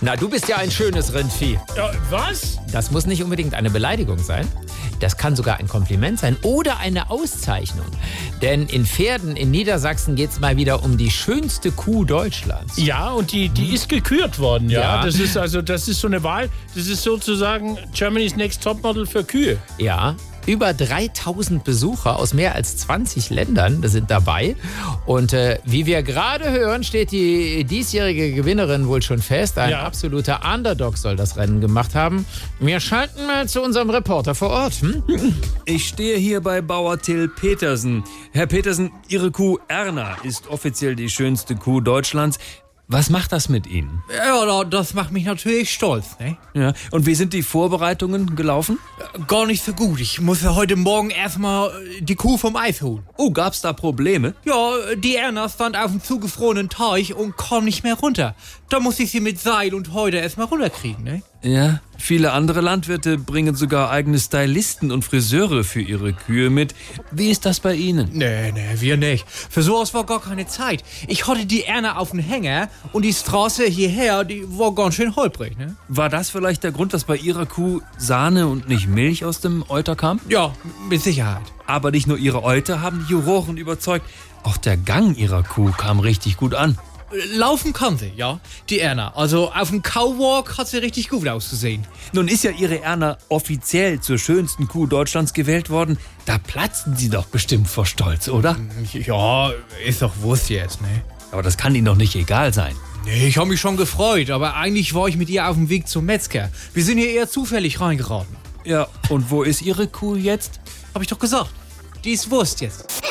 Na, du bist ja ein schönes Rindvieh. Ja, was? Das muss nicht unbedingt eine Beleidigung sein. Das kann sogar ein Kompliment sein oder eine Auszeichnung. Denn in Pferden in Niedersachsen geht es mal wieder um die schönste Kuh Deutschlands. Ja, und die, die ist gekürt worden, ja. Ja. Das ist also, das ist so eine Wahl, das ist sozusagen Germany's Next Topmodel für Kühe. Ja. Über 3000 Besucher aus mehr als 20 Ländern sind dabei. Und äh, wie wir gerade hören, steht die diesjährige Gewinnerin wohl schon fest. Ein Ja. absoluter Underdog soll das Rennen gemacht haben. Wir schalten mal zu unserem Reporter vor Ort. Hm? Ich stehe hier bei Bauer Till Petersen. Herr Petersen, Ihre Kuh Erna ist offiziell die schönste Kuh Deutschlands. Was macht das mit Ihnen? Ja, da- das macht mich natürlich stolz, ne? Ja. Und wie sind die Vorbereitungen gelaufen? Gar nicht so gut. Ich muss ja heute Morgen erstmal äh, die Kuh vom Eis holen. Oh, gab's da Probleme? Ja, äh, die Erna stand auf dem zugefrorenen Teich und kam nicht mehr runter. Da muss ich sie mit Seil und Heute erstmal runterkriegen, ne? Ja. Viele andere Landwirte bringen sogar eigene Stylisten und Friseure für ihre Kühe mit. Wie ist das bei Ihnen? Nee, nee, wir nicht. Für sowas war gar keine Zeit. Ich hatte die Erna auf dem Hänger und die Straße hierher, die war ganz schön holprig, ne? War das vielleicht der Grund, dass bei Ihrer Kuh Sahne und nicht Milch aus dem Euter kam? Ja, m- mit Sicherheit. Aber nicht nur Ihre Euter haben die Juroren überzeugt. Auch der Gang Ihrer Kuh kam richtig gut an. Äh, Laufen kann sie, ja, die Erna. Also auf dem Cowwalk hat sie richtig gut ausgesehen. Nun ist ja Ihre Erna offiziell zur schönsten Kuh Deutschlands gewählt worden. Da platzen Sie doch bestimmt vor Stolz, oder? Ja, ist doch Wurst jetzt, ne? Aber das kann Ihnen doch nicht egal sein. Nee, ich habe mich schon gefreut, aber eigentlich war ich mit ihr auf dem Weg zum Metzger. Wir sind hier eher zufällig reingeraten. Ja, und wo ist Ihre Kuh jetzt? Hab ich doch gesagt. Die ist Wurst jetzt.